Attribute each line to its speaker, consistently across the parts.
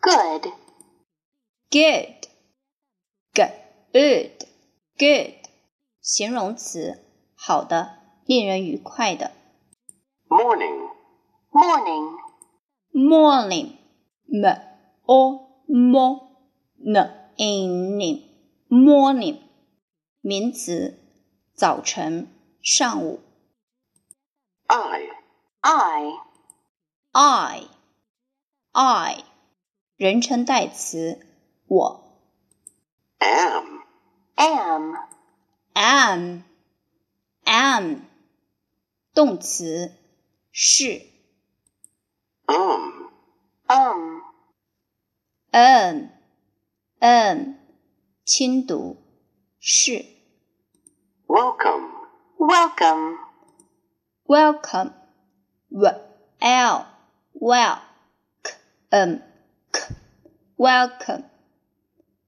Speaker 1: Good.
Speaker 2: Good, good, good，形容词，好的，令人愉快的。
Speaker 1: Morning. Morning.
Speaker 2: Morning, m o m n i n morning，名词，早晨，上午。
Speaker 1: I. I.
Speaker 2: I, I，人称代词，我。
Speaker 1: Am. Am.
Speaker 2: am am 动词是
Speaker 1: Um. Um.
Speaker 2: n n 轻嗯读是
Speaker 1: Welcome. Welcome.
Speaker 2: welcome w l well k m 嗯 k welcome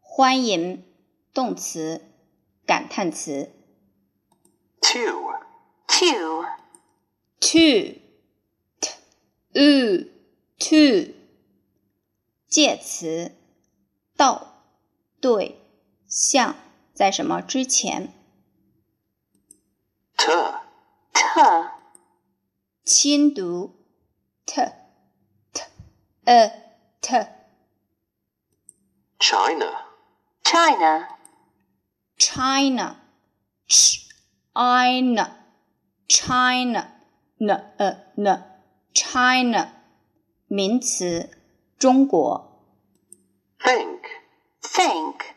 Speaker 2: 欢迎动词感叹词
Speaker 1: Two. Two.
Speaker 2: to t u to 介词到对象在什么之前
Speaker 1: Tuh. Tuh.
Speaker 2: 轻读 t t e t
Speaker 1: China. China.
Speaker 2: China China China n e n China 名词中国。
Speaker 1: Think. Think.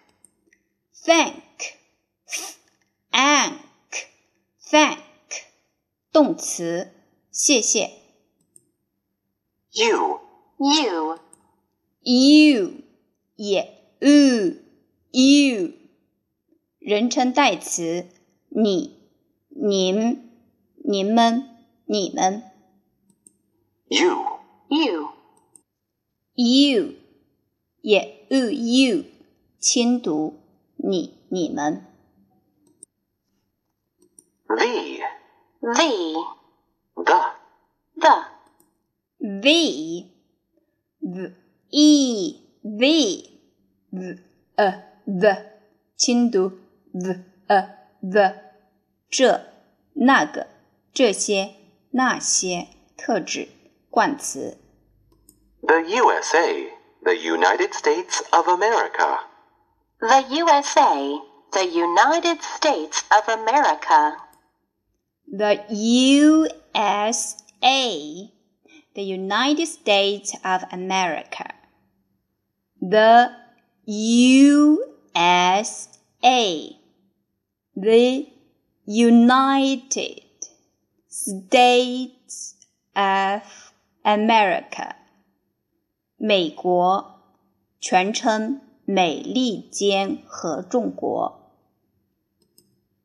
Speaker 2: thank, thank, thank，动词，谢谢。
Speaker 1: You. You.
Speaker 2: you, yeah, you, you，人称代词，你、您、您们、你们。
Speaker 1: You. You.
Speaker 2: you, yeah, you, you，轻读，你、你们。
Speaker 1: The.
Speaker 2: the,
Speaker 1: The.
Speaker 2: the v v e v v e v 轻读 v e v 这那个这些那些特指冠词
Speaker 1: The USA, the United States of America. The USA, the United States of America.
Speaker 2: the USA the United States of America the USA the United States of America 美国全称美利坚合众国。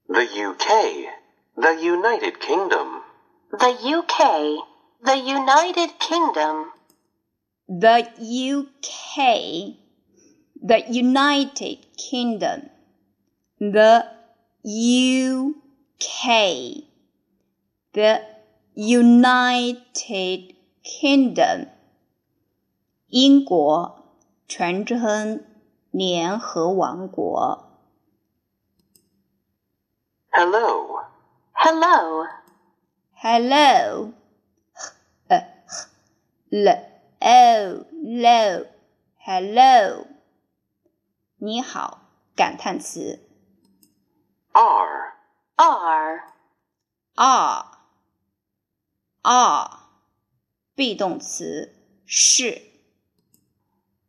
Speaker 1: The UK, the United Kingdom. The UK, the United Kingdom.
Speaker 2: the UK, the United Kingdom, the UK, the United Kingdom，英国全称联合王国。
Speaker 1: Hello. Hello.
Speaker 2: Hello, h l o l hello，你好，感叹词。
Speaker 1: R. R.
Speaker 2: are are 被啊动词是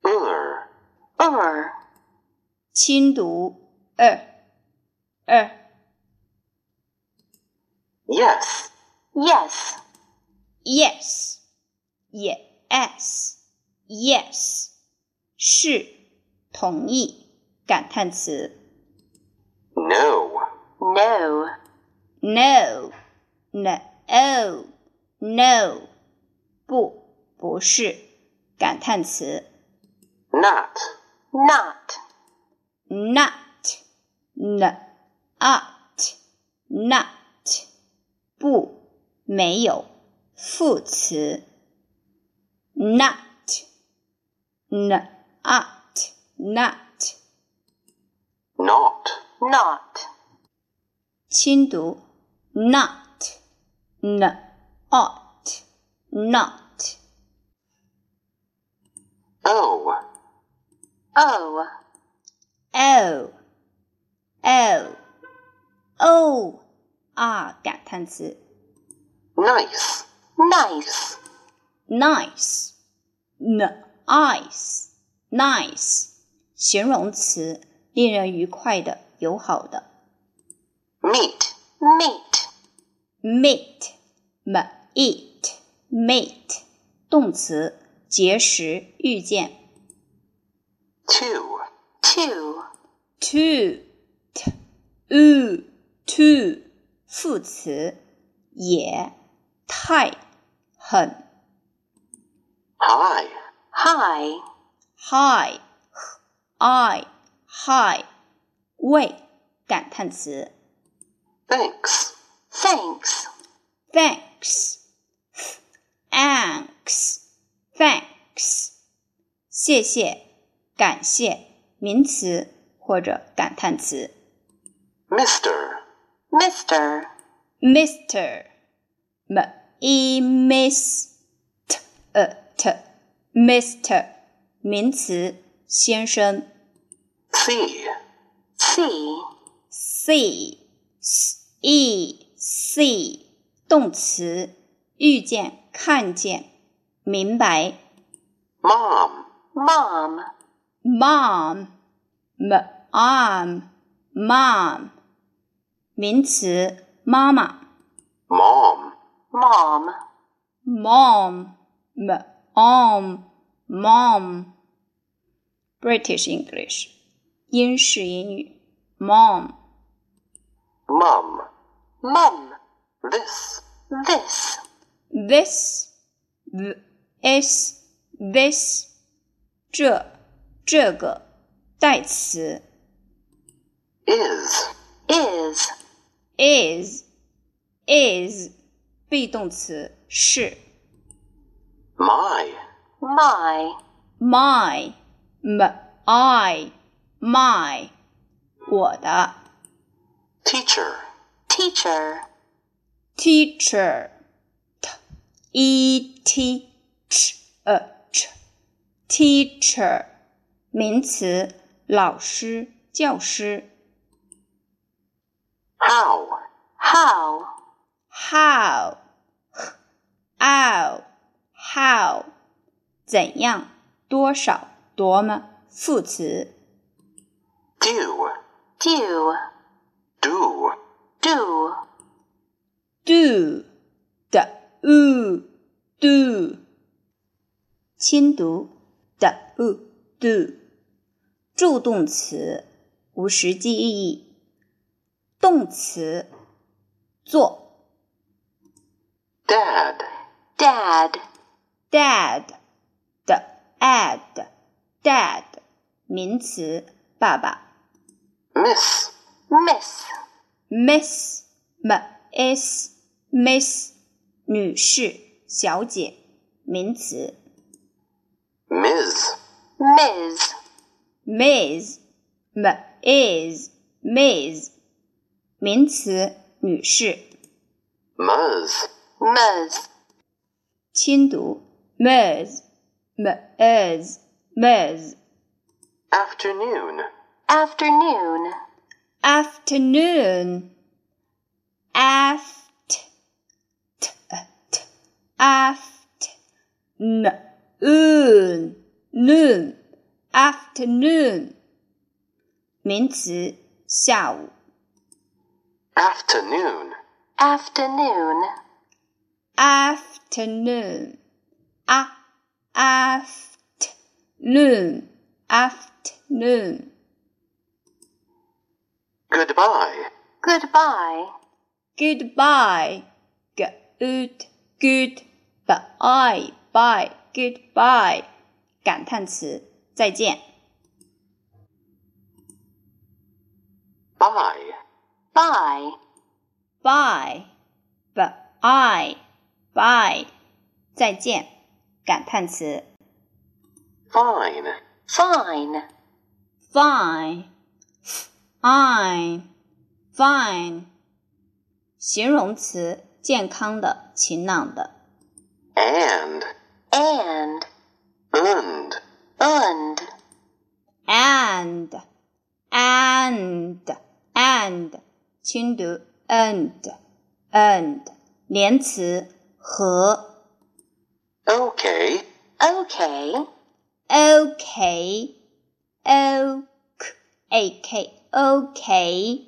Speaker 1: Er. Er.
Speaker 2: 轻读呃二二
Speaker 1: Yes. Yes.
Speaker 2: yes yes yes 是同意感叹词
Speaker 1: No. No.
Speaker 2: no no no 不不是感叹词
Speaker 1: Not. Not.
Speaker 2: not not not 不没有副词 not not at not，
Speaker 1: Not. Not.
Speaker 2: 轻读 not n ought not。
Speaker 1: O. O.
Speaker 2: o o o 啊！感叹词
Speaker 1: Nice. Nice.
Speaker 2: nice n ice nice 形容词，令人愉快的、友好的。
Speaker 1: Meat. Meat.
Speaker 2: meat m eat meat 动词，结识、遇见。
Speaker 1: Two. Two.
Speaker 2: to t u to 副词，也太很。
Speaker 1: High. High.
Speaker 2: high i high 为感叹词
Speaker 1: Thanks. Thanks.
Speaker 2: thanks thanks thanks 谢谢感谢名词或者感叹词
Speaker 1: Mister. Mister.
Speaker 2: Mr. M E Miss T E T Mr. 名词先生
Speaker 1: See. See.
Speaker 2: see s e see 动词，遇见、看见、明白。
Speaker 1: Mom. Mom.
Speaker 2: mom m arm mom 名词，妈妈。
Speaker 1: Mom. Mom.
Speaker 2: mom m om mom British English 英式英语 mom
Speaker 1: Mum. Mum. This. This.
Speaker 2: this th- is this 这这个代词
Speaker 1: Is. Is.
Speaker 2: is is 被动词是
Speaker 1: My. My.
Speaker 2: my m i my 我的
Speaker 1: Teacher. Teacher.
Speaker 2: teacher t e t c h teacher 名词老师教师。
Speaker 1: How. How.
Speaker 2: how how how 怎样多少多么副词
Speaker 1: Do. Do. Do. Do.
Speaker 2: do 的 u do 轻读的 u do 助动词无实际意义，动词做。
Speaker 1: Dad. Dad.
Speaker 2: dad 的 ad dad 名词，爸爸。
Speaker 1: Miss. Miss.
Speaker 2: miss m s miss 女士、小姐，名词。
Speaker 1: Ms. Ms.
Speaker 2: miss m is miss 名词，女士。
Speaker 1: Muz. Muz.
Speaker 2: 轻读 miss m is miss
Speaker 1: Afternoon. Afternoon.
Speaker 2: afternoon aft t t aft n oon noon afternoon 名词下午
Speaker 1: Afternoon. Afternoon.
Speaker 2: afternoon a afternoon afternoon
Speaker 1: Goodbye. Goodbye.
Speaker 2: goodbye good good bye bye goodbye 感叹词再见
Speaker 1: Bye. Bye.
Speaker 2: bye bye bye 再见感叹词
Speaker 1: Fine. fine,
Speaker 2: fine, fine, fine，形容词，健康的、晴朗的。
Speaker 3: and,
Speaker 1: and,
Speaker 3: and,
Speaker 1: and,
Speaker 2: and, and, and，轻读 and, and，连词，和。
Speaker 3: okay,
Speaker 1: okay,
Speaker 2: O K O K A K O K，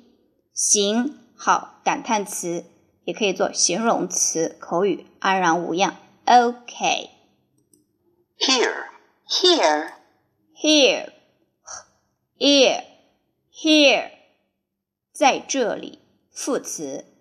Speaker 2: 行好感叹词，也可以做形容词，口语安然无恙。O K
Speaker 3: here,
Speaker 1: here,
Speaker 2: here here here，在这里副词